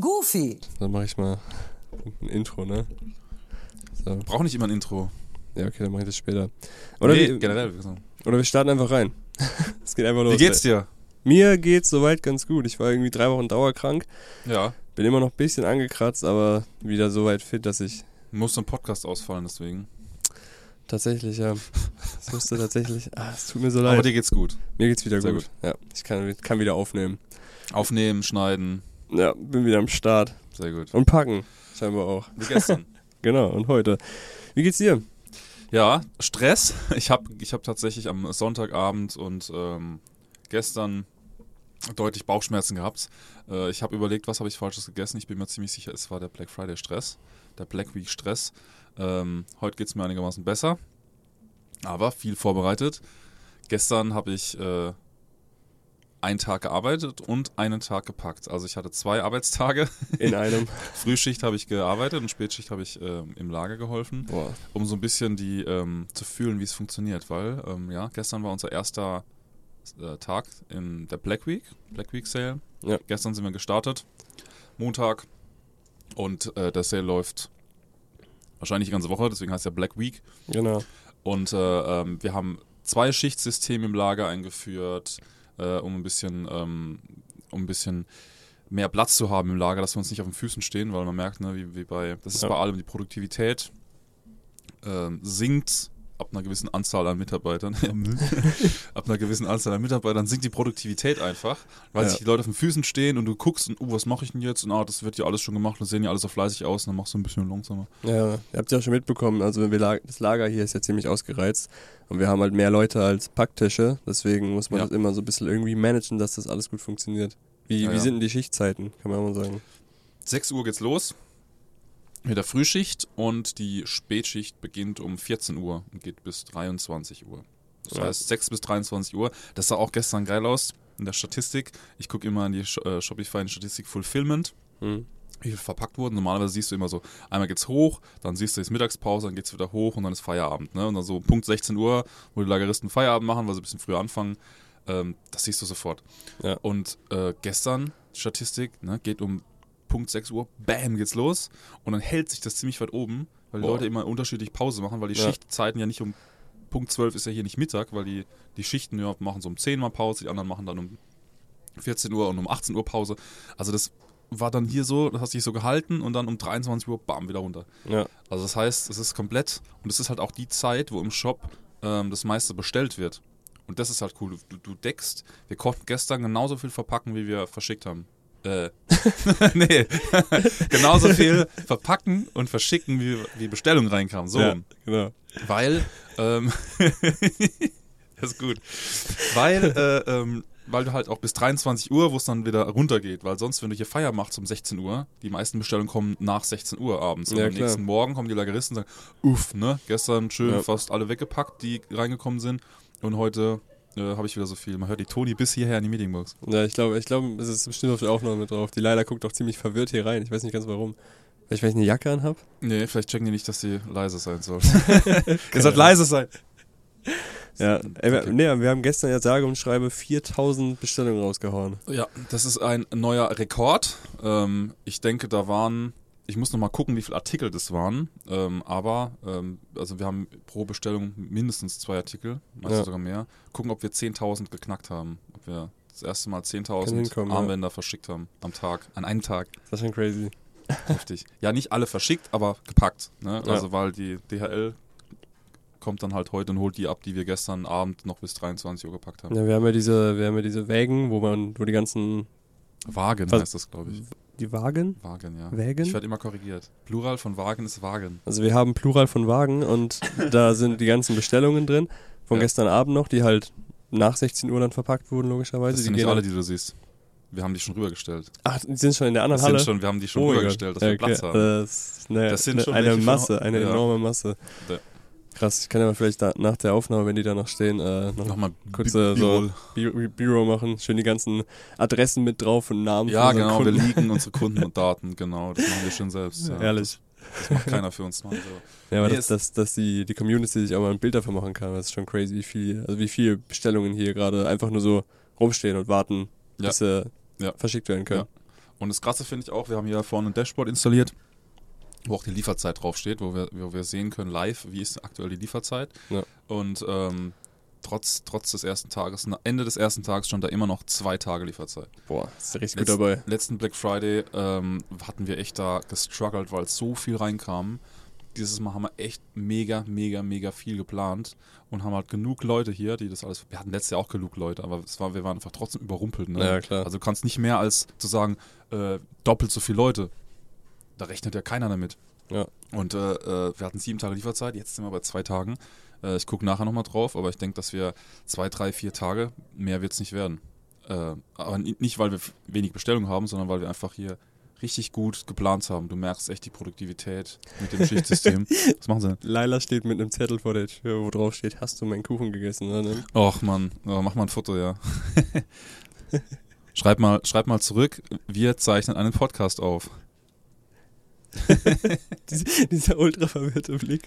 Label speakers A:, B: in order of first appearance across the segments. A: Profi.
B: Dann mache ich mal ein Intro, ne? So.
C: Braucht nicht immer ein Intro.
B: Ja, okay, dann mache ich das später. Oder,
C: nee,
B: wir,
C: generell. würde ich sagen.
B: oder wir starten einfach rein. es geht einfach los.
C: Wie geht's
B: ey.
C: dir?
B: Mir geht's soweit ganz gut. Ich war irgendwie drei Wochen dauerkrank.
C: Ja.
B: Bin immer noch ein bisschen angekratzt, aber wieder so weit fit, dass ich
C: Muss ein Podcast ausfallen, deswegen.
B: tatsächlich, ja. Es musste tatsächlich. Ah, es tut mir so
C: Aber
B: leid.
C: dir geht's gut.
B: Mir geht's wieder
C: Sehr
B: gut. Ja, ich kann, kann wieder aufnehmen.
C: Aufnehmen, schneiden.
B: Ja, bin wieder am Start.
C: Sehr gut.
B: Und packen. Scheinbar auch.
C: Wie gestern.
B: Genau, und heute. Wie geht's dir?
C: ja, Stress. Ich habe ich hab tatsächlich am Sonntagabend und ähm, gestern deutlich Bauchschmerzen gehabt. Äh, ich habe überlegt, was habe ich Falsches gegessen. Ich bin mir ziemlich sicher, es war der Black Friday Stress. Der Black Week Stress. Ähm, heute geht's mir einigermaßen besser. Aber viel vorbereitet. Gestern habe ich äh, einen Tag gearbeitet und einen Tag gepackt. Also ich hatte zwei Arbeitstage.
B: In einem.
C: Frühschicht habe ich gearbeitet und Spätschicht habe ich ähm, im Lager geholfen,
B: Boah.
C: um so ein bisschen die ähm, zu fühlen, wie es funktioniert, weil ähm, ja, gestern war unser erster äh, Tag in der Black Week, Black Week Sale.
B: Ja.
C: Gestern sind wir gestartet, Montag und äh, der Sale läuft wahrscheinlich die ganze Woche, deswegen heißt er Black Week.
B: Genau.
C: Und äh, ähm, wir haben zwei Schichtsystem im Lager eingeführt, äh, um ein bisschen, ähm, um ein bisschen mehr Platz zu haben im Lager, dass wir uns nicht auf den Füßen stehen, weil man merkt, ne, wie, wie bei, das ist
B: Ja.
C: bei allem die Produktivität ähm, sinkt ab einer gewissen Anzahl an Mitarbeitern. Ja, Müll.
B: Mhm.
C: ab einer gewissen Anzahl an Mitarbeitern sinkt die Produktivität einfach, weil
B: Ja.
C: sich die Leute auf den Füßen stehen und du guckst und, oh, was mache ich denn jetzt? Und ah, das wird ja alles schon gemacht und sehen ja alles so fleißig aus und dann machst du ein bisschen langsamer.
B: Ja, ihr habt ja schon mitbekommen, also wir lag, das Lager hier ist ja ziemlich ausgereizt und wir haben halt mehr Leute als Packtische, deswegen muss man
C: Ja.
B: das immer so ein bisschen irgendwie managen, dass das alles gut funktioniert. Wie,
C: Ja,
B: wie
C: ja.
B: sind denn die Schichtzeiten, kann man auch mal sagen.
C: 6 Uhr geht's los mit der Frühschicht und die Spätschicht beginnt um 14 Uhr und geht bis 23 Uhr. Das
B: Ja.
C: heißt 6 bis 23 Uhr. Das sah auch gestern geil aus in der Statistik. Ich gucke immer an die Sh äh, Shopify in Statistik Fulfillment,
B: Hm.
C: wie viel verpackt wurden. Normalerweise siehst du immer so, einmal geht's hoch, dann siehst du jetzt Mittagspause, dann geht's wieder hoch und dann ist Feierabend. Ne? Und dann so Punkt 16 Uhr, wo die Lageristen Feierabend machen, weil sie ein bisschen früher anfangen. Ähm, das siehst du sofort.
B: Ja.
C: Und äh, gestern, Statistik, ne, geht um Punkt 6 Uhr, bam, geht's los. Und dann hält sich das ziemlich weit oben, weil die
B: Boah.
C: Leute immer unterschiedlich Pause machen, weil die
B: Ja.
C: Schichtzeiten ja nicht um Punkt 12 ist ja hier nicht Mittag, weil die, die Schichten ja machen so um 10 mal Pause, die anderen machen dann um 14 Uhr und um 18 Uhr Pause. Also das war dann hier so, das hat sich so gehalten und dann um 23 Uhr, bam, wieder runter.
B: Ja,
C: Also das heißt, es ist komplett und es ist halt auch die Zeit, wo im Shop ähm, das meiste bestellt wird. Und das ist halt cool. Du, du deckst, wir konnten gestern genauso viel verpacken, wie wir verschickt haben. Äh, nee, genauso viel verpacken und verschicken, wie, wie Bestellung reinkam. So,
B: ja,
C: rum.
B: genau.
C: weil, ähm, das ist gut, weil, äh, ähm, weil du halt auch bis 23 Uhr, wo es dann wieder runtergeht, weil sonst, wenn du hier Feier machst um 16 Uhr, die meisten Bestellungen kommen nach 16 Uhr abends. und
B: Ja,
C: am
B: klar.
C: nächsten Morgen kommen die Lageristen und sagen, uff, ne, gestern schön
B: Ja.
C: fast alle weggepackt, die reingekommen sind und heute äh, habe ich wieder so viel. Man hört die Toni bis hierher in die Meetingbox.
B: Ja, ich glaube, ich glaube, es ist bestimmt auf der Aufnahme mit drauf. Die Leila guckt auch ziemlich verwirrt hier rein, ich weiß nicht ganz warum. Weil ich vielleicht eine Jacke anhab?
C: Nee, vielleicht checken die nicht, dass die leise sein soll.
B: Ihr
C: sollt
B: leise sein! Ja, ey, wir,
C: Okay.
B: nee, wir haben gestern ja sage und schreibe 4000 Bestellungen rausgehauen.
C: Ja, das ist ein neuer Rekord. Ähm, ich denke, da waren, ich muss nochmal gucken, wie viele Artikel das waren. Ähm, aber, ähm, also wir haben pro Bestellung mindestens zwei Artikel, meistens
B: Ja.
C: sogar mehr. Gucken, ob wir 10.000 geknackt haben. Ob wir das erste Mal
B: Kann
C: 10.000
B: hinkommen, ja.
C: Armbänder verschickt haben am Tag, an einem Tag.
B: Das ist schon crazy.
C: Heftig. Ja, nicht alle verschickt, aber gepackt. Ne?
B: Ja.
C: Also, weil die DHL kommt dann halt heute und holt die ab, die wir gestern Abend noch bis 23 Uhr gepackt haben.
B: Ja, wir haben ja diese, wir haben ja diese Wägen, wo man, wo die ganzen,
C: Wagen
B: Was-
C: heißt das, glaube ich.
B: die Wagen?
C: Wagen, ja.
B: Wägen?
C: Ich werde immer korrigiert. Plural von Wagen ist Wagen.
B: Also wir haben Plural von Wagen und da sind die ganzen Bestellungen drin von
C: Ja.
B: gestern Abend noch, die halt nach 16 Uhr dann verpackt wurden logischerweise.
C: Das sind nicht
B: gehen
C: alle,
B: dann-
C: die du siehst. Wir haben die schon rübergestellt.
B: ach, die sind schon in der anderen
C: Das sind
B: Halle. Oh
C: schon, wir haben die schon
B: mein
C: rübergestellt, dass
B: Gott.
C: wir Platz
B: Okay,
C: haben.
B: Das, ist eine,
C: Das sind
B: eine,
C: schon
B: eine
C: welche von-
B: Masse, eine
C: ja.
B: enorme Masse.
C: Ja.
B: Krass, ich kann ja mal vielleicht da, nach der Aufnahme, wenn die da noch stehen, äh, noch
C: Nochmal
B: kurze
C: Bi-
B: so Bi-
C: Birol.
B: Büro machen, schön die ganzen Adressen mit drauf und Namen
C: Ja,
B: von unseren
C: genau, wir
B: Kunden.
C: liegen unsere Kunden und Daten, genau. Das machen wir schon selbst. Ja.
B: Ehrlich.
C: Das macht keiner für uns. Mann, so.
B: Ja, aber
C: Nee,
B: dass,
C: es-
B: dass, dass die, die Community sich auch mal ein Bild davon machen kann, das ist schon crazy, wie viel, also wie viele Bestellungen hier gerade einfach nur so rumstehen und warten,
C: Ja.
B: bis sie
C: Ja.
B: verschickt werden können.
C: Und das Krasse finde ich auch, wir haben hier vorne ein Dashboard installiert, wo auch die Lieferzeit draufsteht, wo wir, wo wir sehen können live, wie ist aktuell die Lieferzeit.
B: Ja.
C: Und ähm, trotz, trotz des ersten Tages, na- Ende des ersten Tages stand da immer noch zwei Tage Lieferzeit.
B: Boah, ist richtig gut
C: Letz-
B: dabei.
C: Letzten Black Friday ähm, hatten wir echt da gestruggelt, weil so viel reinkam. Dieses Mal haben wir echt mega, mega, mega viel geplant und haben halt genug Leute hier, die das alles. Wir hatten letztes Jahr auch genug Leute, aber es war, wir waren einfach trotzdem überrumpelt. Ne?
B: Ja, klar.
C: Also du kannst nicht mehr als zu sagen, äh, doppelt so viele Leute. Da rechnet ja keiner damit.
B: Ja.
C: Und äh, äh, wir hatten sieben Tage Lieferzeit, jetzt sind wir bei zwei Tagen. Äh, ich gucke nachher nochmal drauf, aber ich denke, dass wir zwei, drei, vier Tage, mehr wird es nicht werden. Äh, aber ni- nicht, weil wir f- wenig Bestellungen haben, sondern weil wir einfach hier richtig gut geplant haben. Du merkst echt die Produktivität mit dem Schichtsystem. Was machen sie denn?
B: Laila steht mit einem Zettel vor der Tür, wo drauf steht, hast du meinen Kuchen gegessen? Ne? ne?
C: Och Mann, oh, mach mal ein Foto, ja. schreib, mal, schreib mal zurück, wir zeichnen einen Podcast auf.
B: Diese, dieser ultra verwirrte Blick.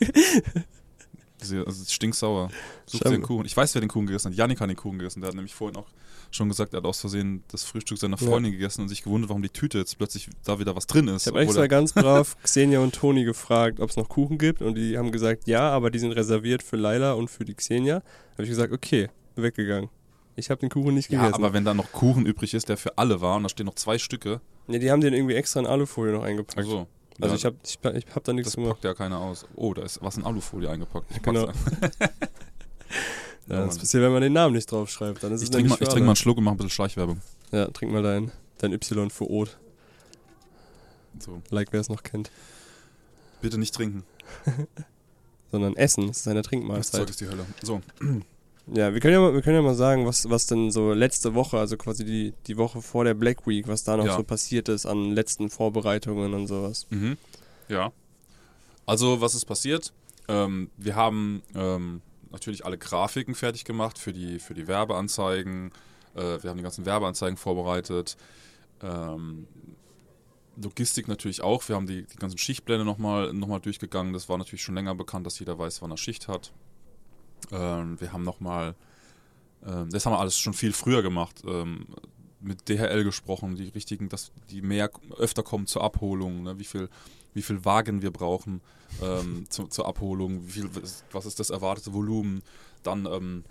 C: Sie, also es ist stinksauer. Sucht
B: Scheinbar.
C: den Kuchen. Ich weiß, wer den Kuchen gegessen hat. Janik hat den Kuchen gegessen. Der hat nämlich vorhin auch schon gesagt, er hat aus Versehen das Frühstück seiner
B: Ja.
C: Freundin gegessen und sich gewundert, warum die Tüte jetzt plötzlich da wieder was drin ist.
B: Ich habe
C: obwohl
B: extra
C: er-
B: ganz brav Xenia und Toni gefragt, ob es noch Kuchen gibt. Und die haben gesagt, ja, aber die sind reserviert für Laila und für die Xenia. Habe ich gesagt, okay, bin weggegangen. Ich habe den Kuchen nicht
C: ja,
B: gegessen.
C: aber wenn da noch Kuchen übrig ist, der für alle war und da stehen noch zwei Stücke.
B: nee, die haben den irgendwie extra in Alufolie noch eingepackt.
C: Ach so.
B: Also
C: ja,
B: ich habe ich, pa- ich hab da nichts
C: das
B: gemacht.
C: packt ja keiner aus. Oh, da ist was in Alufolie eingepackt. Ich, pack's
B: Genau.
C: ein.
B: Ja, das
C: Mann.
B: passiert, wenn man den Namen nicht draufschreibt. Dann ist es
C: ich trinke mal,
B: nämlich
C: ich
B: für
C: trink mal einen
B: alle.
C: Schluck und mache ein bisschen Schleichwerbung.
B: Ja, trink mal dein, dein Y für Ot.
C: So.
B: Like, wer es noch kennt.
C: Bitte nicht trinken.
B: Sondern Essen. Das ist eine
C: Das
B: Trinkmahlzeit.
C: Zeug ist die Hölle. So,
B: Ja, wir können ja mal, wir können ja mal sagen, was, was denn so letzte Woche, also quasi die, die Woche vor der Black Week, was da noch
C: Ja.
B: so passiert ist an letzten Vorbereitungen und sowas.
C: Mhm. Ja. Also, was ist passiert? Ähm, wir haben ähm, natürlich alle Grafiken fertig gemacht für die, für die Werbeanzeigen. Äh, wir haben die ganzen Werbeanzeigen vorbereitet. Ähm, Logistik natürlich auch. Wir haben die, die ganzen Schichtpläne nochmal noch mal durchgegangen. Das war natürlich schon länger bekannt, dass jeder weiß, wann er Schicht hat. Ähm, wir haben nochmal, ähm, das haben wir alles schon viel früher gemacht. Ähm, mit DHL gesprochen, die richtigen, dass die mehr öfter kommen zur Abholung, ne? wie, viel, wie viel Wagen wir brauchen ähm, zu, zur Abholung, wie viel, was ist das erwartete Volumen, dann ähm,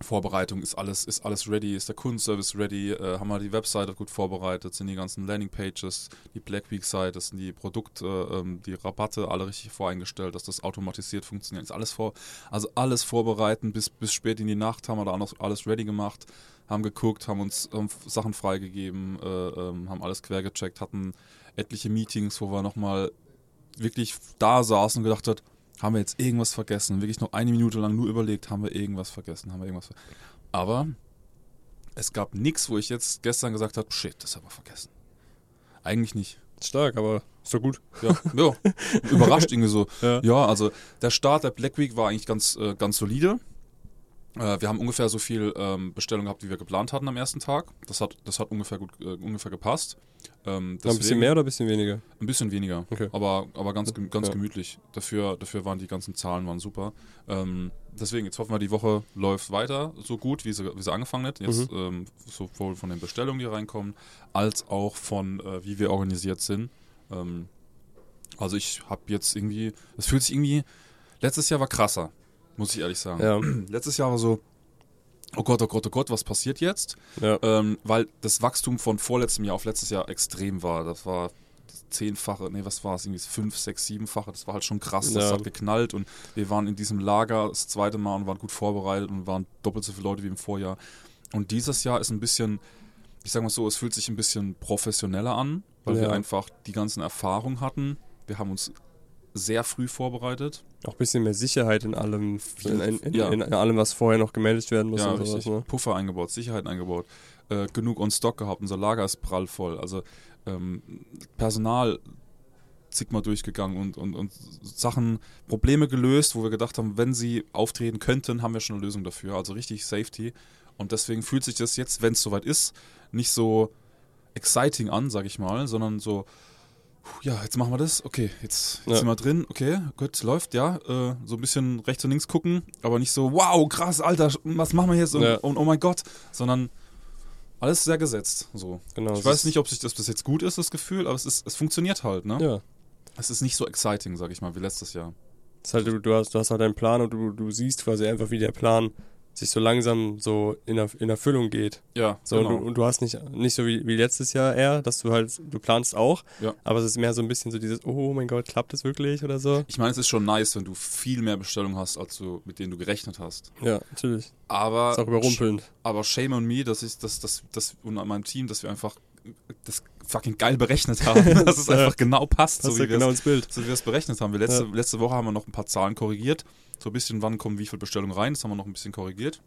C: Vorbereitung, ist alles, ist alles ready, ist der Kundenservice ready, äh, haben wir die Webseite gut vorbereitet, sind die ganzen Landingpages, die Black Week Seite, sind die Produkte, ähm, die Rabatte alle richtig voreingestellt, dass das automatisiert funktioniert, ist alles vor, also alles vorbereiten, bis, bis spät in die Nacht haben wir da auch noch alles ready gemacht haben geguckt, haben uns ähm, Sachen freigegeben, äh, ähm, haben alles quer gecheckt, hatten etliche Meetings, wo wir nochmal wirklich da saßen und gedacht hat, haben wir jetzt irgendwas vergessen? Wirklich noch eine Minute lang nur überlegt, haben wir irgendwas vergessen? Haben wir irgendwas ver Aber es gab nichts, wo ich jetzt gestern gesagt habe, shit, das haben wir vergessen. Eigentlich nicht.
B: Stark, aber ist doch gut.
C: Ja, ja. überrascht irgendwie so.
B: Ja.
C: Ja, also der Start der Black Week war eigentlich ganz, äh, ganz solide. Äh, wir haben ungefähr so viel ähm, Bestellungen gehabt, wie wir geplant hatten am ersten Tag. Das hat, das hat ungefähr, gut, äh, ungefähr gepasst. Ähm,
B: Noch ein bisschen
C: deswegen-
B: mehr oder ein bisschen weniger?
C: Ein bisschen weniger,
B: Okay.
C: aber, aber ganz, gem- ganz
B: Ja.
C: gemütlich. Dafür, dafür waren die ganzen Zahlen waren super. Ähm, deswegen, jetzt hoffen wir, die Woche läuft weiter so gut, wie sie, wie sie angefangen hat. Jetzt
B: Mhm.
C: ähm, sowohl von den Bestellungen, die reinkommen, als auch von, äh, wie wir organisiert sind. Ähm, also ich habe jetzt irgendwie, es fühlt sich irgendwie, letztes Jahr war krasser, muss ich ehrlich sagen.
B: Ja.
C: Letztes Jahr war so, oh Gott, oh Gott, oh Gott, was passiert jetzt?
B: ja.
C: ähm, weil das Wachstum von vorletztem Jahr auf letztes Jahr extrem war. Das war das zehnfache, nee, was war es, irgendwie das fünf, sechs, siebenfache. Das war halt schon krass. Das
B: Ja.
C: hat geknallt und wir waren in diesem Lager das zweite Mal und waren gut vorbereitet und waren doppelt so viele Leute wie im Vorjahr. Und dieses Jahr ist ein bisschen, ich sag mal so, es fühlt sich ein bisschen professioneller an, weil wir
B: Ja.
C: einfach die ganzen Erfahrungen hatten. Wir haben uns sehr früh vorbereitet.
B: Auch ein bisschen mehr Sicherheit in allem, in, in, in,
C: Ja.
B: in allem, was vorher noch gemeldet werden muss
C: ja,
B: und sowas.
C: richtig.
B: Ne?
C: Puffer eingebaut, Sicherheiten eingebaut, äh, genug on Stock gehabt, unser Lager ist prallvoll. Also ähm, Personal zigmal durchgegangen und, und, und Sachen, Probleme gelöst, wo wir gedacht haben, wenn sie auftreten könnten, haben wir schon eine Lösung dafür. Also richtig Safety. Und deswegen fühlt sich das jetzt, wenn es soweit ist, nicht so exciting an, sag ich mal, sondern so, puh, ja, jetzt machen wir das, okay, jetzt, jetzt
B: Ja.
C: sind wir drin, okay, gut, läuft, ja, äh, so ein bisschen rechts und links gucken, aber nicht so, wow, krass, Alter, was machen wir jetzt und,
B: Ja.
C: und oh mein Gott, sondern Alles sehr gesetzt. So.
B: Genau.
C: Ich weiß nicht, ob sich das bis jetzt gut ist, das Gefühl, aber es, ist, es funktioniert halt, ne?
B: Ja.
C: Es ist nicht so exciting, sag ich mal, wie letztes Jahr.
B: Es ist halt, du, du, hast, du hast halt einen Plan und du, du siehst quasi einfach, wie der Plan sich so langsam so in, Erf- in Erfüllung geht.
C: Ja, genau.
B: So, und, du, und du hast nicht, nicht so wie, wie letztes Jahr eher, dass du halt, du planst auch,
C: Ja.
B: aber es ist mehr so ein bisschen so dieses, oh mein Gott, klappt das wirklich oder so?
C: Ich meine, es ist schon nice, wenn du viel mehr Bestellungen hast, als du, mit denen du gerechnet hast.
B: Ja, natürlich.
C: Aber,
B: Ist auch überrumpelnd.
C: aber shame on me, dass ich, dass, dass, dass, und an meinem Team, dass wir einfach das fucking geil berechnet haben, dass es
B: Ja.
C: einfach genau
B: Passt
C: passt, so wie
B: ja
C: wir
B: genau ins Bild.
C: so wie wir es berechnet haben. Wir letzte, letzte Woche haben wir noch ein paar Zahlen korrigiert. So ein bisschen, wann kommen wie viele Bestellungen rein. Das haben wir noch ein bisschen korrigiert.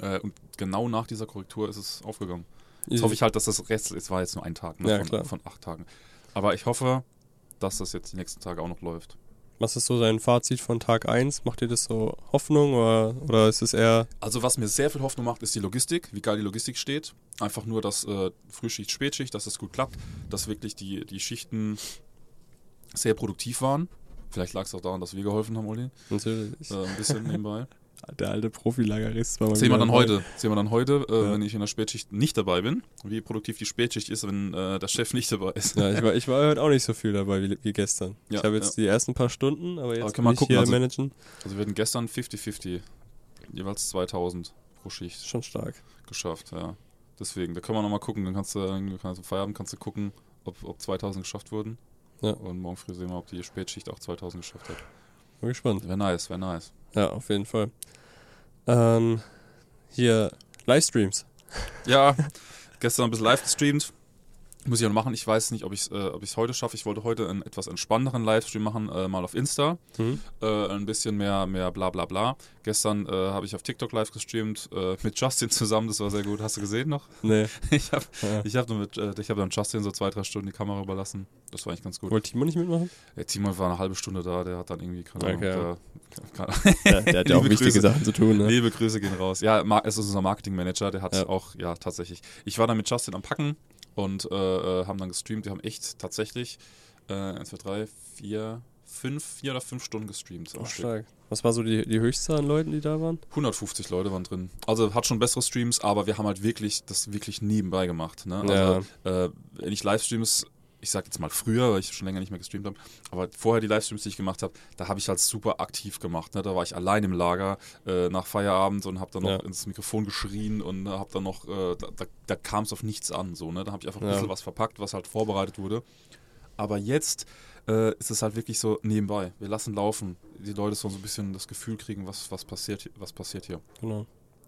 C: Äh, und genau nach dieser Korrektur ist es aufgegangen. Jetzt hoffe ich halt, dass das Rest, es war jetzt nur ein Tag ne,
B: Ja,
C: von,
B: klar.
C: von acht Tagen. Aber ich hoffe, dass das jetzt die nächsten Tage auch noch läuft.
B: Was ist so sein Fazit von Tag 1? Macht dir das so Hoffnung oder, oder ist es eher,
C: Also was mir sehr viel Hoffnung macht, ist die Logistik, wie geil die Logistik steht. Einfach nur, dass äh, Frühschicht, Spätschicht, dass das gut klappt, dass wirklich die, die Schichten sehr produktiv waren. Vielleicht lag es auch daran, dass wir geholfen haben, Uli.
B: natürlich,
C: Äh, ein bisschen nebenbei.
B: der alte Profilagerist war mal
C: Sehen wir
B: wieder
C: dann
B: dabei.
C: heute. Sehen wir dann heute, äh,
B: Ja.
C: wenn ich in der Spätschicht nicht dabei bin. Wie produktiv die Spätschicht ist, wenn äh, der Chef nicht dabei ist.
B: Ja, ich war, ich war heute auch nicht so viel dabei wie, wie gestern.
C: Ja,
B: ich habe jetzt die ersten paar Stunden, aber jetzt
C: Aber
B: kann
C: kann
B: man
C: man
B: ich
C: gucken,
B: hier
C: also-
B: managen.
C: Also wir hatten gestern 50-50, jeweils 2000 pro Schicht
B: Schon stark.
C: geschafft, ja. Deswegen, da können wir nochmal gucken. Dann kannst du, dann kannst du Feierabend kannst du gucken, ob, ob 2000 geschafft wurden.
B: Ja.
C: Und morgen früh sehen wir, ob die Spätschicht auch 2000 geschafft hat.
B: Bin gespannt.
C: Wäre nice, wäre nice.
B: Ja, auf jeden Fall. Ähm, hier, Livestreams.
C: Ja, gestern ein bisschen live gestreamt. Muss ich auch machen. Ich weiß nicht, ob ich es äh, ob ich's heute schaffe. Ich wollte heute einen etwas entspannenderen Livestream machen, äh, mal auf Insta. äh, ein bisschen mehr, mehr bla bla bla. Gestern äh, habe ich auf TikTok live gestreamt äh, mit Justin zusammen, das war sehr gut. Hast du gesehen noch?
B: Nee.
C: Ich habe
B: Ja.
C: ich hab nur mit, äh, ich hab dann Justin so zwei, drei Stunden die Kamera überlassen. Das war eigentlich ganz gut.
B: Wollte Timo nicht mitmachen?
C: Der Timon war eine halbe Stunde da, der hat dann irgendwie, keine Ahnung,
B: Okay, ja.
C: der- keine,
B: Ja, der hat
C: ja auch wichtige
B: Sachen zu tun, ne?
C: liebe Grüße gehen raus. Ja, Mar- es ist unser Marketingmanager, der hat
B: Ja.
C: auch, ja, tatsächlich. Ich war dann mit Justin am Packen und äh, äh, haben dann gestreamt. Wir haben echt tatsächlich äh, 1, 2, 3, 4, 5, 4 oder 5 Stunden gestreamt. am
B: Oh,
C: Stück.
B: stark. Was war so die, die Höchstzahl an Leuten, die da waren?
C: 150 Leute waren drin. Also hat schon bessere Streams, aber wir haben halt wirklich das wirklich nebenbei gemacht. Ne? Also, äh, wenn ich Livestreams, ich sag jetzt mal früher, weil ich schon länger nicht mehr gestreamt habe, aber vorher die Livestreams, die ich gemacht habe, da habe ich halt super aktiv gemacht. Ne? Da war ich allein im Lager äh, nach Feierabend und habe dann noch
B: Ja.
C: ins Mikrofon geschrien und habe dann noch, äh, da, da, da kam es auf nichts an. So, ne? Da habe ich einfach ein
B: Ja.
C: bisschen was verpackt, was halt vorbereitet wurde. Aber jetzt äh, ist es halt wirklich so nebenbei. Wir lassen laufen. Die Leute sollen so ein bisschen das Gefühl kriegen, was, was, passiert, hier- was passiert hier.
B: Genau.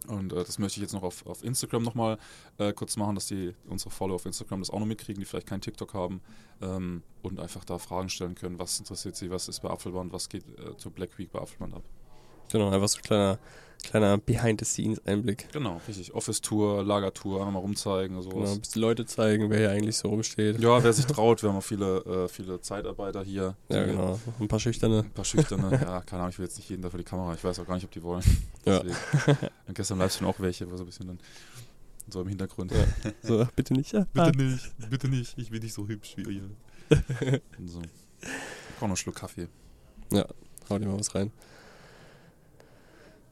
C: Und äh, das möchte ich jetzt noch auf, auf Instagram nochmal äh, kurz machen, dass die unsere Follower auf Instagram das auch noch mitkriegen, die vielleicht keinen TikTok haben ähm, und einfach da Fragen stellen können, was interessiert sie, was ist bei Apfelband, was geht äh, zur Black Week bei Apfelband ab.
B: Genau, einfach so ein kleiner, kleiner Behind-the-Scenes-Einblick.
C: Genau, richtig. Office-Tour, Lagertour, einmal rumzeigen und
B: Genau,
C: sowas.
B: ein bisschen Leute zeigen, wer hier eigentlich so rumsteht.
C: Ja, wer sich traut, wir haben auch viele, äh, viele Zeitarbeiter hier.
B: Ja,
C: die-
B: genau. Ein paar Schüchterne.
C: Ein paar Schüchterne, ja, keine Ahnung, ich will jetzt nicht jeden dafür die Kamera, ich weiß auch gar nicht, ob die wollen.
B: Ja.
C: Deswegen. Und gestern im Livestream auch welche, war so ein bisschen dann so im Hintergrund.
B: So, ach, bitte nicht. Ja.
C: Bitte nicht, bitte nicht. Ich bin nicht so hübsch wie ihr. so. Ich brauche noch einen Schluck Kaffee.
B: Hau dir mal was rein.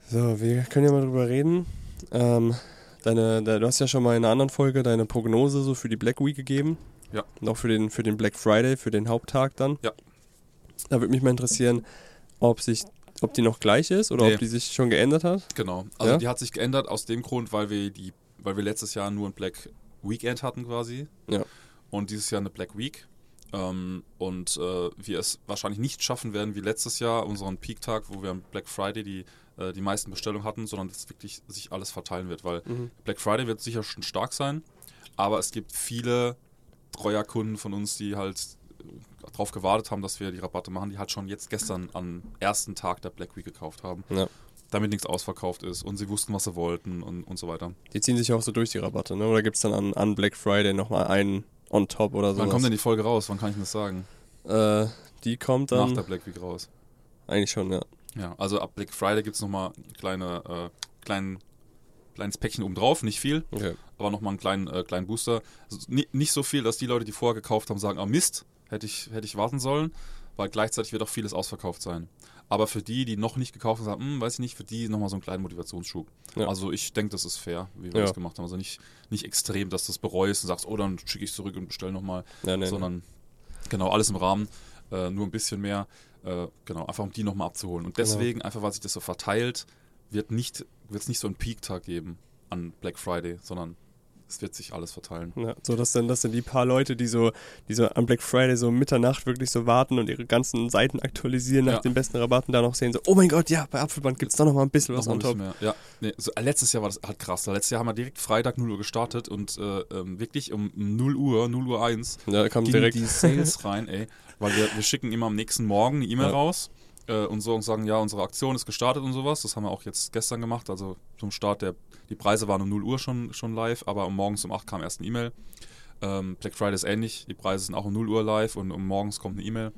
B: So, wir können ja mal drüber reden. Ähm, deine, de, du hast ja schon mal in einer anderen Folge deine Prognose so für die Black Week gegeben.
C: Ja.
B: Und auch für den, für den Black Friday, für den Haupttag dann.
C: Ja.
B: Da würde mich mal interessieren, ob sich, ob die noch gleich ist oder
C: Nee.
B: ob die sich schon geändert hat.
C: Genau. Also
B: Ja?
C: die hat sich geändert aus dem Grund, weil wir die, weil wir letztes Jahr nur ein Black Weekend hatten quasi.
B: Ja.
C: Und dieses Jahr eine Black Week. Ähm, und äh, wir es wahrscheinlich nicht schaffen werden wie letztes Jahr, unseren Peak-Tag, wo wir am Black Friday die, äh, die meisten Bestellungen hatten, sondern dass wirklich sich alles verteilen wird, weil
B: Mhm.
C: Black Friday wird sicher schon stark sein, aber es gibt viele Treuerkunden von uns, die halt darauf gewartet haben, dass wir die Rabatte machen, die halt schon jetzt gestern am ersten Tag der Black Week gekauft haben,
B: Ja.
C: damit nichts ausverkauft ist und sie wussten, was sie wollten und, und so weiter.
B: Die ziehen sich auch so durch die Rabatte, ne? Oder gibt es dann an, an Black Friday nochmal einen on top oder so?
C: Wann kommt denn die Folge raus? Wann kann ich denn das sagen?
B: Äh, die kommt
C: Nach der
B: dann.
C: Black Week raus.
B: Eigentlich schon, ja.
C: Ja, also ab Black Friday gibt es nochmal ein kleine, äh, klein, kleines Päckchen obendrauf, nicht viel,
B: Okay.
C: aber nochmal einen kleinen, äh, kleinen Booster. Also, ni- nicht so viel, dass die Leute, die vorher oh, gekauft haben, sagen, ah Mist, hätte ich, hätte ich warten sollen, weil gleichzeitig wird auch vieles ausverkauft sein. Aber für die, die noch nicht gekauft haben, sagen, "Hm, weiß ich nicht, für die nochmal so einen kleinen Motivationsschub.
B: Ja.
C: Also ich denke, das ist fair, wie wir
B: Ja.
C: das gemacht haben. Also nicht, nicht extrem, dass du es bereust und sagst, oh, dann schicke ich zurück und bestelle nochmal.
B: Ja, nee, nee.
C: sondern genau alles im Rahmen, äh, nur ein bisschen mehr, äh, genau, einfach um die nochmal abzuholen. Und
B: Genau.
C: deswegen, einfach weil sich das so verteilt, wird nicht, wird es nicht so einen Peak-Tag geben an Black Friday, sondern es wird sich alles verteilen.
B: Ja, so dass dann, das sind die paar Leute, die so, die so am Black Friday so Mitternacht wirklich so warten und ihre ganzen Seiten aktualisieren nach
C: Ja.
B: den besten Rabatten da noch sehen, so, oh mein Gott, ja, bei Apfelband gibt es doch noch mal ein bisschen was
C: Noch mal
B: on
C: ein bisschen
B: top.
C: mehr. Ja, nee, so, äh, letztes Jahr war das halt krass. Letztes Jahr haben wir direkt Freitag 0 Uhr gestartet und äh, ähm, wirklich um 0 Uhr, 0 Uhr 1
B: Ja, kam
C: gingen
B: direkt.
C: die Sales rein, ey. Weil wir, wir schicken immer am nächsten Morgen eine E-Mail
B: Ja.
C: raus äh, und so und sagen, ja, unsere Aktion ist gestartet und sowas. Das haben wir auch jetzt gestern gemacht. Also zum Start der, die Preise waren um 0 Uhr schon, schon live, aber um morgens um 8 kam erst eine E-Mail. Ähm, Black Friday ist ähnlich, die Preise sind auch um 0 Uhr live und um morgens kommt eine E-Mail.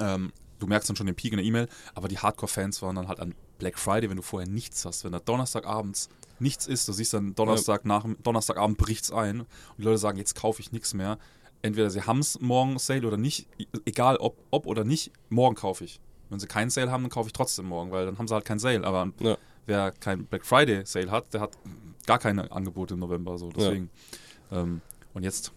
C: Ähm, du merkst dann schon den Peak in der E-Mail, aber die Hardcore-Fans waren dann halt an Black Friday, wenn du vorher nichts hast, wenn da Donnerstagabends nichts ist, du siehst dann Donnerstag nach, Donnerstagabend bricht es ein und die Leute sagen, jetzt kaufe ich nichts mehr. Entweder sie haben es morgen Sale oder nicht, e- egal ob, ob oder nicht, morgen kaufe ich. Wenn sie keinen Sale haben, dann kaufe ich trotzdem morgen, weil dann haben sie halt keinen Sale. Aber
B: Ja.
C: wer keinen Black Friday Sale hat, der hat gar keine Angebote im November. So. Deswegen. Ähm, und jetzt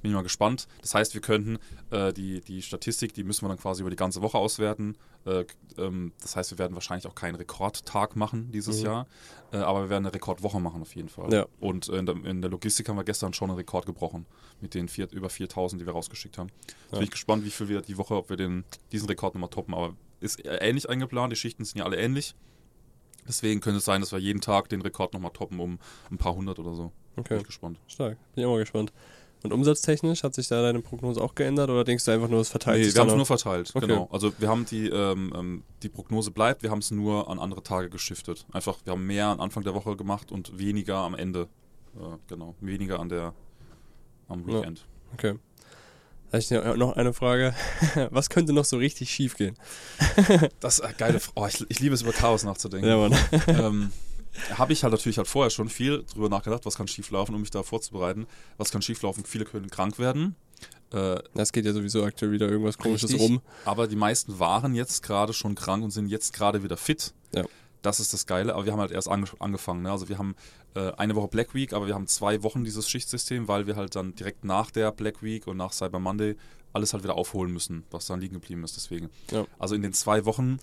C: bin ich mal gespannt. Das heißt, wir könnten äh, die, die Statistik, die müssen wir dann quasi über die ganze Woche auswerten. Äh, k- ähm, das heißt, wir werden wahrscheinlich auch keinen Rekordtag machen dieses
B: Mhm.
C: Jahr, äh, aber wir werden eine Rekordwoche machen auf jeden Fall.
B: Ja.
C: Und äh, in, der, in der Logistik haben wir gestern schon einen Rekord gebrochen mit den vier, über 4000, die wir rausgeschickt haben. Jetzt
B: Ja.
C: bin ich gespannt, wie viel wir die Woche, ob wir den, diesen Rekord nochmal toppen. Aber ist e, ähnlich eingeplant, die Schichten sind ja alle ähnlich. Deswegen könnte es sein, dass wir jeden Tag den Rekord nochmal toppen um ein paar hundert oder so. Bin
B: Okay,
C: ich gespannt.
B: stark. Bin ich auch mal gespannt. Und umsatztechnisch hat sich da deine Prognose auch geändert oder denkst du einfach nur, es verteilt
C: Nee,
B: sich
C: wir haben es
B: dann
C: nur
B: auf-
C: verteilt,
B: Okay.
C: genau. Also wir haben die, ähm, ähm, die Prognose bleibt, wir haben es nur an andere Tage geschiftet. Einfach, wir haben mehr am Anfang der Woche gemacht und weniger am Ende. Äh, genau, weniger an der am
B: Ja.
C: Weekend.
B: Okay. Da ich noch noch eine Frage. Was könnte noch so richtig schief gehen?
C: Das ist eine geile Frage. Oh, ich, ich liebe es, über Chaos nachzudenken.
B: Ja, Mann.
C: ähm, habe ich halt natürlich halt vorher schon viel drüber nachgedacht, was kann schieflaufen, um mich da vorzubereiten. Was kann schieflaufen? Viele können krank werden. Äh,
B: Das geht ja sowieso aktuell wieder irgendwas komisches
C: Richtig.
B: rum.
C: Aber die meisten waren jetzt gerade schon krank und sind jetzt gerade wieder fit.
B: Ja.
C: Das ist das Geile, aber wir haben halt erst ange angefangen. Ne? Also wir haben äh, eine Woche Black Week, aber wir haben zwei Wochen dieses Schichtsystem, weil wir halt dann direkt nach der Black Week und nach Cyber Monday alles halt wieder aufholen müssen, was dann liegen geblieben ist. Deswegen.
B: Ja.
C: Also in den zwei Wochen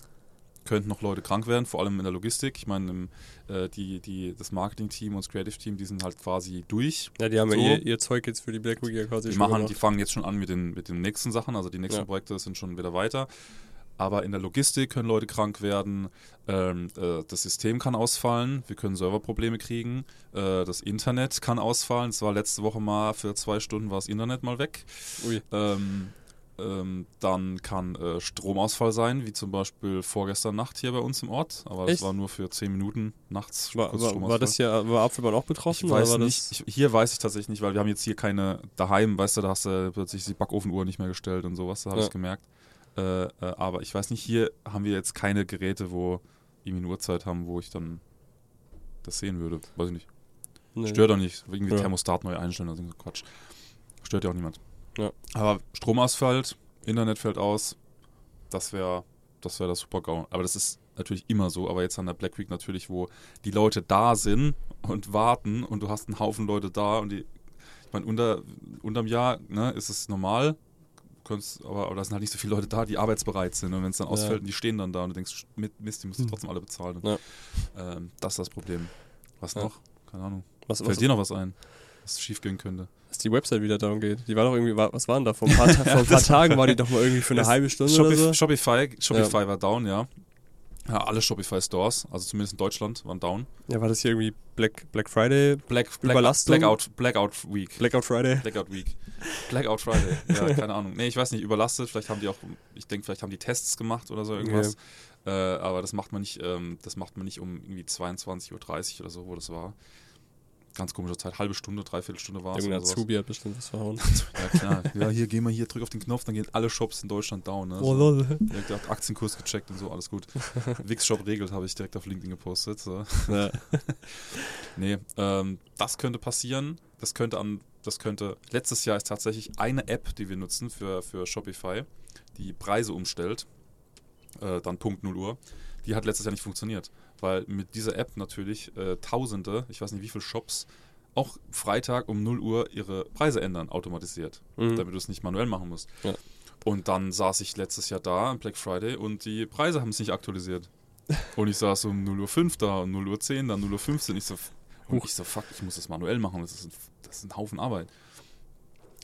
C: könnten noch Leute krank werden, vor allem in der Logistik. Ich meine, im, äh, die, die, das Marketing-Team und das Creative-Team, die sind halt quasi durch.
B: Ja, die haben
C: So.
B: ja ihr, ihr Zeug jetzt für die Black Week ja quasi
C: Die
B: schon
C: machen, die
B: gemacht.
C: fangen jetzt schon an mit den, mit den nächsten Sachen, also die nächsten
B: Ja.
C: Projekte sind schon wieder weiter. Aber in der Logistik können Leute krank werden, ähm, äh, das System kann ausfallen, wir können Serverprobleme kriegen, äh, das Internet kann ausfallen. Es war letzte Woche mal für zwei Stunden war das Internet mal weg.
B: Ui.
C: Ähm, ähm, dann kann äh, Stromausfall sein, wie zum Beispiel vorgestern Nacht hier bei uns im Ort, aber das
B: Echt?
C: war nur für zehn Minuten nachts.
B: War,
C: kurz
B: war, war
C: Stromausfall.
B: das ja, war Apfelbahn auch betroffen?
C: Ich weiß
B: oder war
C: nicht, ich, hier weiß ich tatsächlich nicht, weil wir haben jetzt hier keine daheim, weißt du, da hast du plötzlich die Backofenuhr nicht mehr gestellt und sowas, da habe
B: Ja.
C: ich gemerkt. Äh, äh, aber ich weiß nicht, hier haben wir jetzt keine Geräte, wo irgendwie eine Uhrzeit haben, wo ich dann das sehen würde. Weiß ich nicht.
B: Das, nee.
C: Stört auch nicht. Irgendwie
B: Ja.
C: Thermostat neu einstellen oder so Quatsch. Stört ja auch niemand.
B: Ja.
C: Aber Stromausfall, Internet fällt aus, das wäre das, wär das super GAU. Aber das ist natürlich immer so, aber jetzt an der Black Week natürlich, wo die Leute da sind und warten und du hast einen Haufen Leute da und die, ich meine, unter, unterm Jahr ne, ist es normal, du könntest, aber, aber da sind halt nicht so viele Leute da, die arbeitsbereit sind und wenn es dann
B: Ja. Hm.
C: ausfällt und die stehen dann da und du denkst, mit- Mist, die musst du trotzdem alle bezahlen.
B: Ja.
C: Ähm, das ist das Problem. Was
B: Ja.
C: noch? Keine Ahnung.
B: Was,
C: Fällt
B: was,
C: dir noch was ein, was schief gehen könnte?
B: dass die Website wieder down geht. Die war doch irgendwie, war, was waren da? Vor ein paar, Ta- vor ein paar
C: das-
B: Tagen war die doch mal irgendwie für eine
C: Das-
B: halbe Stunde
C: Shopif-
B: oder so.
C: Shopify, Shopify war down, ja. ja. Alle Shopify-Stores, also zumindest in Deutschland, waren down.
B: Ja, war das hier irgendwie Black, Black Friday?
C: Black,
B: Überlastung?
C: Blackout, Blackout Week.
B: Blackout Friday?
C: Blackout Week. Blackout Friday. Ja, keine Ahnung. Nee, ich weiß nicht, überlastet. Vielleicht haben die auch, ich denke, vielleicht haben die Tests gemacht oder so irgendwas. Äh, aber das macht man nicht, ähm, das macht man nicht um irgendwie 22.30 Uhr oder so, wo das war. Ganz komische Zeit. Halbe Stunde, dreiviertel Stunde war es.
B: Irgendein
C: oder sowas.
B: Azubi hat bestimmt was verhauen.
C: Ja, klar. Ja, hier, geh mal hier, drück auf den Knopf, dann gehen alle Shops in Deutschland down. Ne? So.
B: Oh, lol.
C: Direkt auf Aktienkurs gecheckt und so, alles gut. Wix-Shop regelt, habe ich direkt auf LinkedIn gepostet. So.
B: Ja.
C: Nee, ähm, das könnte passieren. Das könnte an, das könnte, letztes Jahr ist tatsächlich eine App, die wir nutzen für, für Shopify, die Preise umstellt. äh, dann Punkt 0 Uhr, die hat letztes Jahr nicht funktioniert, weil mit dieser App natürlich äh, Tausende, ich weiß nicht wie viele Shops, auch Freitag um 0 Uhr ihre Preise ändern, automatisiert,
B: Mhm.
C: damit du es nicht manuell machen musst.
B: Ja.
C: Und dann saß ich letztes Jahr da am Black Friday und die Preise haben es nicht aktualisiert. Und ich saß um 0 Uhr 5 da und 0 Uhr 10, dann 0 Uhr 15. Ich so, und
B: Huch.
C: ich so fuck, ich muss das manuell machen, das ist, ein, das ist ein Haufen Arbeit.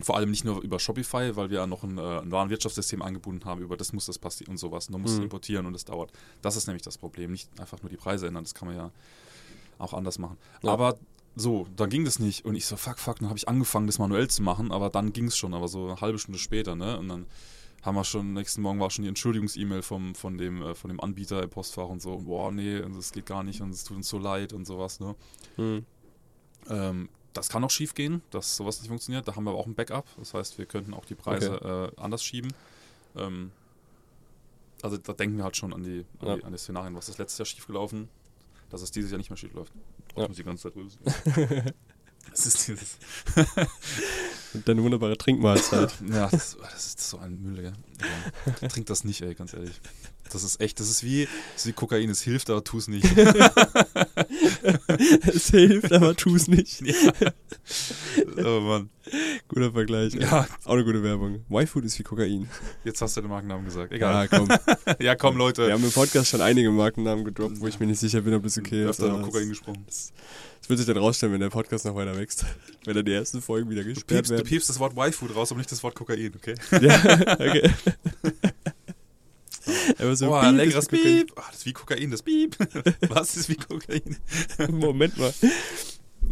C: Vor allem nicht nur über Shopify, weil wir ja noch ein, äh, ein Warenwirtschaftssystem angebunden haben, über das muss das passieren und sowas. Und dann musst du
B: Mhm.
C: importieren und das dauert. Das ist nämlich das Problem, nicht einfach nur die Preise ändern, das kann man ja auch anders machen.
B: Ja.
C: Aber so, dann ging das nicht. Und ich so, fuck, fuck, dann habe ich angefangen, das manuell zu machen, aber dann ging es schon, aber so eine halbe Stunde später, ne? Und dann haben wir schon, nächsten Morgen war schon die Entschuldigungs-E-Mail vom, von dem, äh, von dem Anbieter im Postfach und so, und boah, nee, und das geht gar nicht und es tut uns so leid und sowas, ne?
B: Mhm.
C: Ähm, das kann auch schief gehen, dass sowas nicht funktioniert. Da haben wir aber auch ein Backup. Das heißt, wir könnten auch die Preise äh, anders schieben. Ähm, also da denken wir halt schon an die, an,
B: Ja.
C: die, an die Szenarien. Was ist letztes Jahr schiefgelaufen? Dass es dieses Jahr nicht mehr schief läuft.
B: Ja.
C: Ich muss die ganze Zeit rüsten. das ist dieses.
B: Und deine wunderbare Trinkmahlzeit.
C: Ja, das, das ist so ein Müll, gell? Ja. Trink das nicht, ey, ganz ehrlich. Das ist echt, das ist wie, das ist wie Kokain, es hilft, aber tu es nicht.
B: es hilft, aber tu es nicht.
C: oh Mann.
B: Guter Vergleich. ey.
C: Ja,
B: Auch eine gute Werbung. Y-Food ist wie Kokain.
C: jetzt hast du den Markennamen gesagt. Egal.
B: Ja, komm.
C: Ja, komm, Leute.
B: Wir haben im Podcast schon einige Markennamen gedroppt, wo ich mir nicht sicher bin, ob das okay ist.
C: öfter über
B: aber
C: Kokain gesprochen.
B: das, das wird sich dann rausstellen, wenn der Podcast noch weiter wächst. Wenn dann die ersten Folgen wieder
C: Du
B: gesperrt
C: piepst, du
B: werden.
C: piepst das Wort Waifu draus, aber nicht das Wort Kokain, okay?
B: Ja, okay. Aber so
C: Boah,
B: Piep
C: ein
B: ist
C: leckeres
B: wie Kokain.
C: Piep. Ah, das ist wie Kokain, das Piep. Was ist wie Kokain?
B: Moment mal.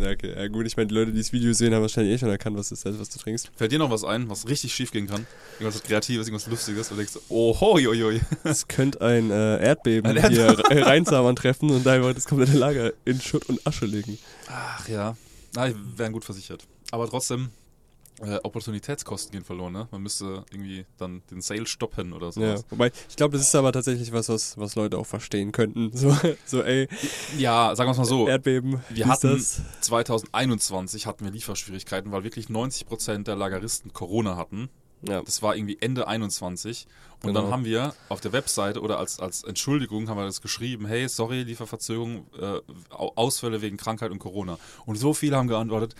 B: Ja, okay. Ja, gut, ich meine, die Leute, die das Video sehen, haben wahrscheinlich eh schon erkannt, was das ist, was du trinkst.
C: Fällt dir noch was ein, was richtig schief gehen kann? Irgendwas Kreatives, irgendwas Lustiges? Und denkst, du, oh, hoi, hoi, hoi.
B: Es könnte ein äh, Erdbeben
C: Ein
B: hier
C: Erdbeben.
B: Re- äh, Rheinsamern treffen und einfach das komplette Lager in Schutt und Asche legen.
C: Ach ja. Na, wir wären gut versichert. Aber trotzdem, äh, Opportunitätskosten gehen verloren, ne? Man müsste irgendwie dann den Sale stoppen oder
B: Ja,
C: sowas.
B: wobei, ich glaube, das ist aber tatsächlich was, was, was Leute auch verstehen könnten. So, so ey,
C: Ja, sagen wir es mal so.
B: Erdbeben,
C: Oh. wir
B: wie
C: hatten-
B: ist das?
C: 2021 hatten wir Lieferschwierigkeiten, weil wirklich 90% der Lageristen Corona hatten.
B: Ja.
C: Das war irgendwie Ende 21. Und
B: Genau.
C: dann haben wir auf der Webseite oder als, als Entschuldigung haben wir das geschrieben, hey, sorry, Lieferverzögerung, äh, Au- Ausfälle wegen Krankheit und Corona. Und so viele haben geantwortet,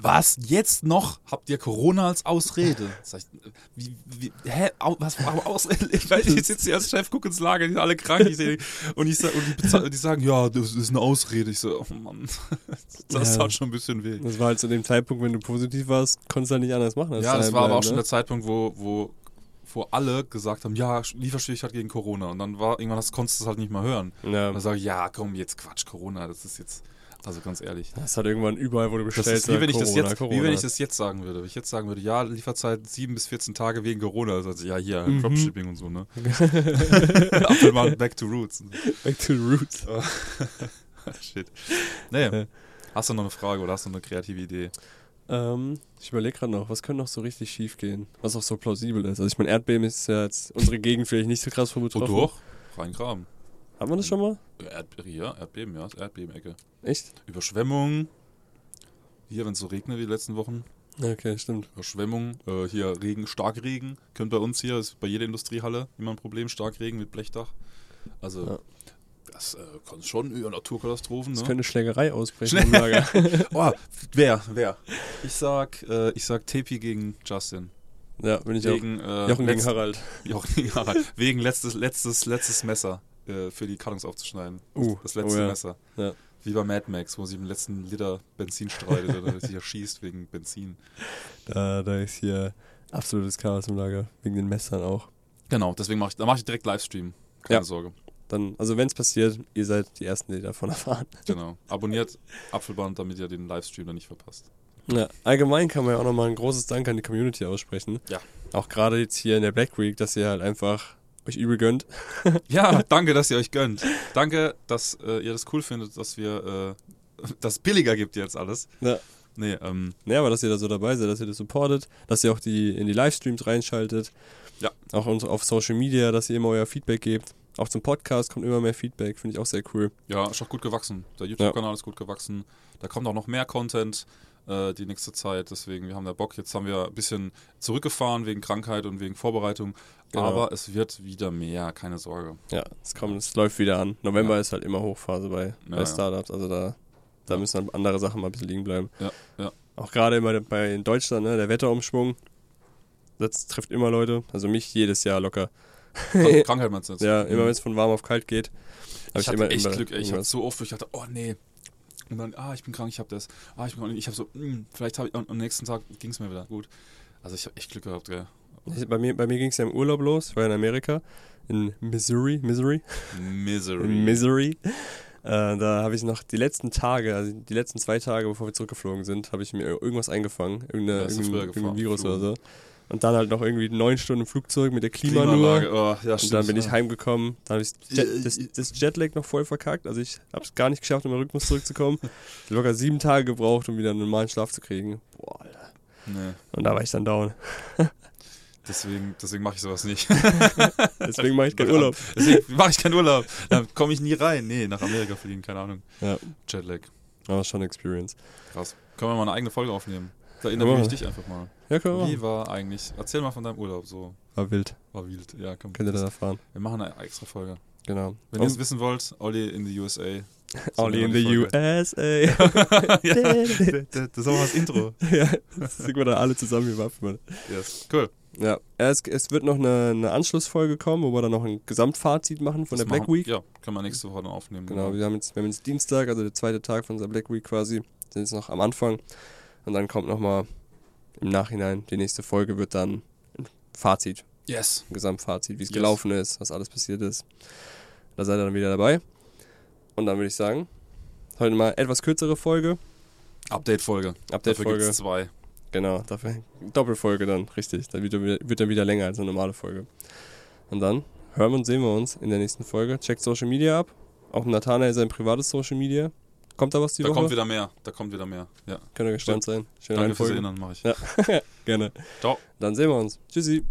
C: was, jetzt noch? Habt ihr Corona als Ausrede? Sag ich, wie, wie, hä, Au, was, warum Ausrede? Ich, weiß, nicht, ich sitze hier als Chef, gucke ins Lager, die sind alle krank. Ich seh, und, ich, sag- und die, bezahl- die sagen, ja, das ist eine Ausrede. Ich so, oh Mann, das
B: Ja.
C: tat schon ein bisschen weh.
B: Das war halt zu dem Zeitpunkt, wenn du positiv warst, konntest du halt nicht anders machen. als
C: Ja, das
B: daheim
C: war aber auch
B: bleiben,
C: schon
B: ne?
C: der Zeitpunkt, wo, wo, wo alle gesagt haben, ja, Sch- Lieferschwierigkeit gegen Corona. Und dann war irgendwann, das konntest du es halt nicht mehr hören.
B: Ja.
C: Und dann sage ich, ja, komm, jetzt Quatsch, Corona, das ist jetzt, also ganz ehrlich.
B: Das hat irgendwann überall, wo du
C: Das
B: bestellst.
C: ist, wie,
B: sagt,
C: wenn ich das
B: Corona,
C: jetzt, wie
B: Corona.
C: wenn ich das jetzt sagen würde. Wenn ich jetzt sagen würde, ja, Lieferzeit 7 bis 14 Tage wegen Corona. Also, ja, hier,
B: Mhm.
C: Dropshipping und so, ne? Apfelmann, back to roots.
B: Back to the roots.
C: Shit. Naja,
B: Ja.
C: hast du noch eine Frage oder hast du eine kreative Idee?
B: Ähm, ich überlege gerade noch, was könnte noch so richtig schief gehen, was auch so plausibel ist. Also ich meine, Erdbeben ist ja jetzt unsere Gegend vielleicht nicht so krass von
C: Oh,
B: betroffen.
C: doch, reingraben.
B: Haben wir das schon mal?
C: Erd ja, Erdbeben, ja, ist Erdbebenecke.
B: Echt?
C: Überschwemmung. Hier, wenn es so regnet wie die letzten Wochen.
B: Okay, stimmt.
C: Überschwemmung. Äh, hier Regen, Starkregen. Könnt bei uns hier, ist bei jeder Industriehalle immer ein Problem. Starkregen mit Blechdach. Also,
B: Ja.
C: das äh, kann schon über Naturkatastrophen.
B: Es
C: Ne?
B: könnte Schlägerei ausbrechen im Lager.
C: oh, wer, wer? Ich sag, äh, ich sag Tepi gegen Justin.
B: ja, bin ich
C: Wegen, äh,
B: auch. Jochen gegen
C: letzt-
B: Harald.
C: Jochen gegen Harald. Wegen letztes, letztes, letztes Messer äh, für die Kartons aufzuschneiden.
B: Uh,
C: das letzte
B: oh ja.
C: Messer.
B: Ja.
C: Wie bei Mad Max, wo sie im letzten Liter Benzin streitet oder sich erschießt wegen Benzin.
B: Da, da ist hier absolutes Chaos im Lager. Wegen den Messern auch.
C: Genau, deswegen mache ich, da mache ich direkt Livestream. Keine
B: Ja.
C: Sorge.
B: Dann, also wenn es passiert, ihr seid die Ersten, die davon erfahren.
C: Genau. Abonniert Apfelband, damit ihr den Livestream dann nicht verpasst.
B: Ja, allgemein kann man ja auch nochmal ein großes Dank an die Community aussprechen.
C: Ja.
B: Auch gerade jetzt hier in der Black Week, dass ihr halt einfach euch übel gönnt.
C: Ja, danke, dass ihr euch gönnt. Danke, dass äh, ihr das cool findet, dass wir äh, das billiger gibt jetzt alles.
B: Ja.
C: Nee, ähm,
B: Naja, aber dass ihr da so dabei seid, dass ihr das supportet, dass ihr auch die in die Livestreams reinschaltet.
C: Ja.
B: Auch uns auf Social Media, dass ihr immer euer Feedback gebt. Auch zum Podcast kommt immer mehr Feedback, finde ich auch sehr cool.
C: Ja, ist auch gut gewachsen. Der YouTube-Kanal ist gut gewachsen. Da kommt auch noch mehr Content äh, die nächste Zeit. Deswegen, wir haben da Bock. Jetzt haben wir ein bisschen zurückgefahren wegen Krankheit und wegen Vorbereitung.
B: Genau.
C: Aber es wird wieder mehr, keine Sorge.
B: Ja, es kommt, es läuft wieder an. November ist halt immer Hochphase bei, bei
C: ja.
B: Startups, also da, da müssen dann andere Sachen mal ein bisschen liegen bleiben.
C: Ja, ja.
B: Auch gerade immer bei in Deutschland, ne, der Wetterumschwung. Das trifft immer Leute, also mich jedes Jahr locker.
C: Krank- Krankheit meinst du jetzt?
B: Ja, immer wenn es von warm auf kalt geht. hab
C: mhm. Ich, hatte
B: immer-
C: echt
B: immer
C: Glück, ey. Ich hatte
B: irgendwas.
C: so oft, wo ich dachte, oh nee. Und dann, ah, ich bin krank, ich habe das. Ah, ich bin krank, ich habe so, hm, vielleicht habe ich, und am nächsten Tag ging es mir wieder gut. Also ich habe echt Glück gehabt, gell.
B: Ich, bei mir, bei mir ging es ja im Urlaub los, ich war in Amerika, in Missouri, Missouri,
C: Misery.
B: in Missouri. Äh, da habe ich noch die letzten Tage, also die letzten zwei Tage, bevor wir zurückgeflogen sind, habe ich mir irgendwas eingefangen, irgendeine,
C: Ja, hast du
B: irgendein,
C: früher
B: irgendein
C: gefahren,
B: Virus oder
C: geflogen.
B: so. Und dann halt noch irgendwie neun Stunden im Flugzeug mit der Klimanur.
C: Klimaanlage. Oh, ja,
B: Und
C: stimmt.
B: dann bin ich
C: ja.
B: heimgekommen, dann habe ich
C: Äh,
B: Jet, das, das Jetlag noch voll verkackt, also ich habe es gar nicht geschafft, in meinen Rhythmus zurückzukommen. Ich hab locker sieben Tage gebraucht, um wieder einen normalen Schlaf zu kriegen. Boah, Alter.
C: Nee,
B: Und da war ich dann down.
C: deswegen, deswegen mache ich sowas nicht.
B: Deswegen mache ich keinen Urlaub.
C: Deswegen mache ich keinen Urlaub. Da komme ich nie rein. Nee, nach Amerika fliegen, keine Ahnung.
B: Ja.
C: Jetlag.
B: Aber schon eine Experience.
C: Krass. Können wir mal eine eigene Folge aufnehmen? Da interviewe
B: Können
C: ich
B: wir.
C: dich einfach mal.
B: Ja, können wir machen.
C: Wie war eigentlich? Erzähl mal von deinem Urlaub. So,
B: War wild.
C: war wild. Ja, komm.
B: Könnt ihr da erfahren.
C: Wir machen eine extra Folge.
B: Genau.
C: Wenn ihr es wissen wollt, Olli in the USA.
B: Only in the
C: USA.
B: USA.
C: Das das ist auch das Intro.
B: ja, das singen wir dann alle zusammen hier Waffen. Mann.
C: Yes. Cool.
B: Ja, es, es wird noch eine, eine Anschlussfolge kommen, wo wir dann noch ein Gesamtfazit machen von
C: Das
B: der Black
C: machen-
B: Week.
C: Ja, können wir nächste Woche dann aufnehmen.
B: Genau, wir haben, jetzt, wir haben jetzt Dienstag, also der zweite Tag von unserer Black Week quasi. Sind jetzt noch am Anfang. Und dann kommt nochmal im Nachhinein, die nächste Folge wird dann ein Fazit,
C: Yes.
B: ein Gesamtfazit, wie es
C: Yes.
B: gelaufen ist, was alles passiert ist. Da seid ihr dann wieder dabei. Und dann würde ich sagen, heute mal etwas kürzere Folge.
C: Update-Folge. Dafür
B: Update-Folge.
C: gibt's zwei.
B: Genau, dafür Doppelfolge dann, richtig. Dann wird, wird dann wieder länger als eine normale Folge. Und dann hören und sehen wir uns in der nächsten Folge. Checkt Social Media ab. Auch Nathanael sein privates Social Media. Kommt da was die
C: Da
B: Woche?
C: kommt wieder mehr. Da kommt wieder mehr. Ja.
B: Könnt ihr gespannt sein. Schöne
C: Danke fürs
B: Reihenfolge.
C: Erinnern, mache ich.
B: Ja, gerne.
C: Ciao.
B: Dann sehen wir uns. Tschüssi.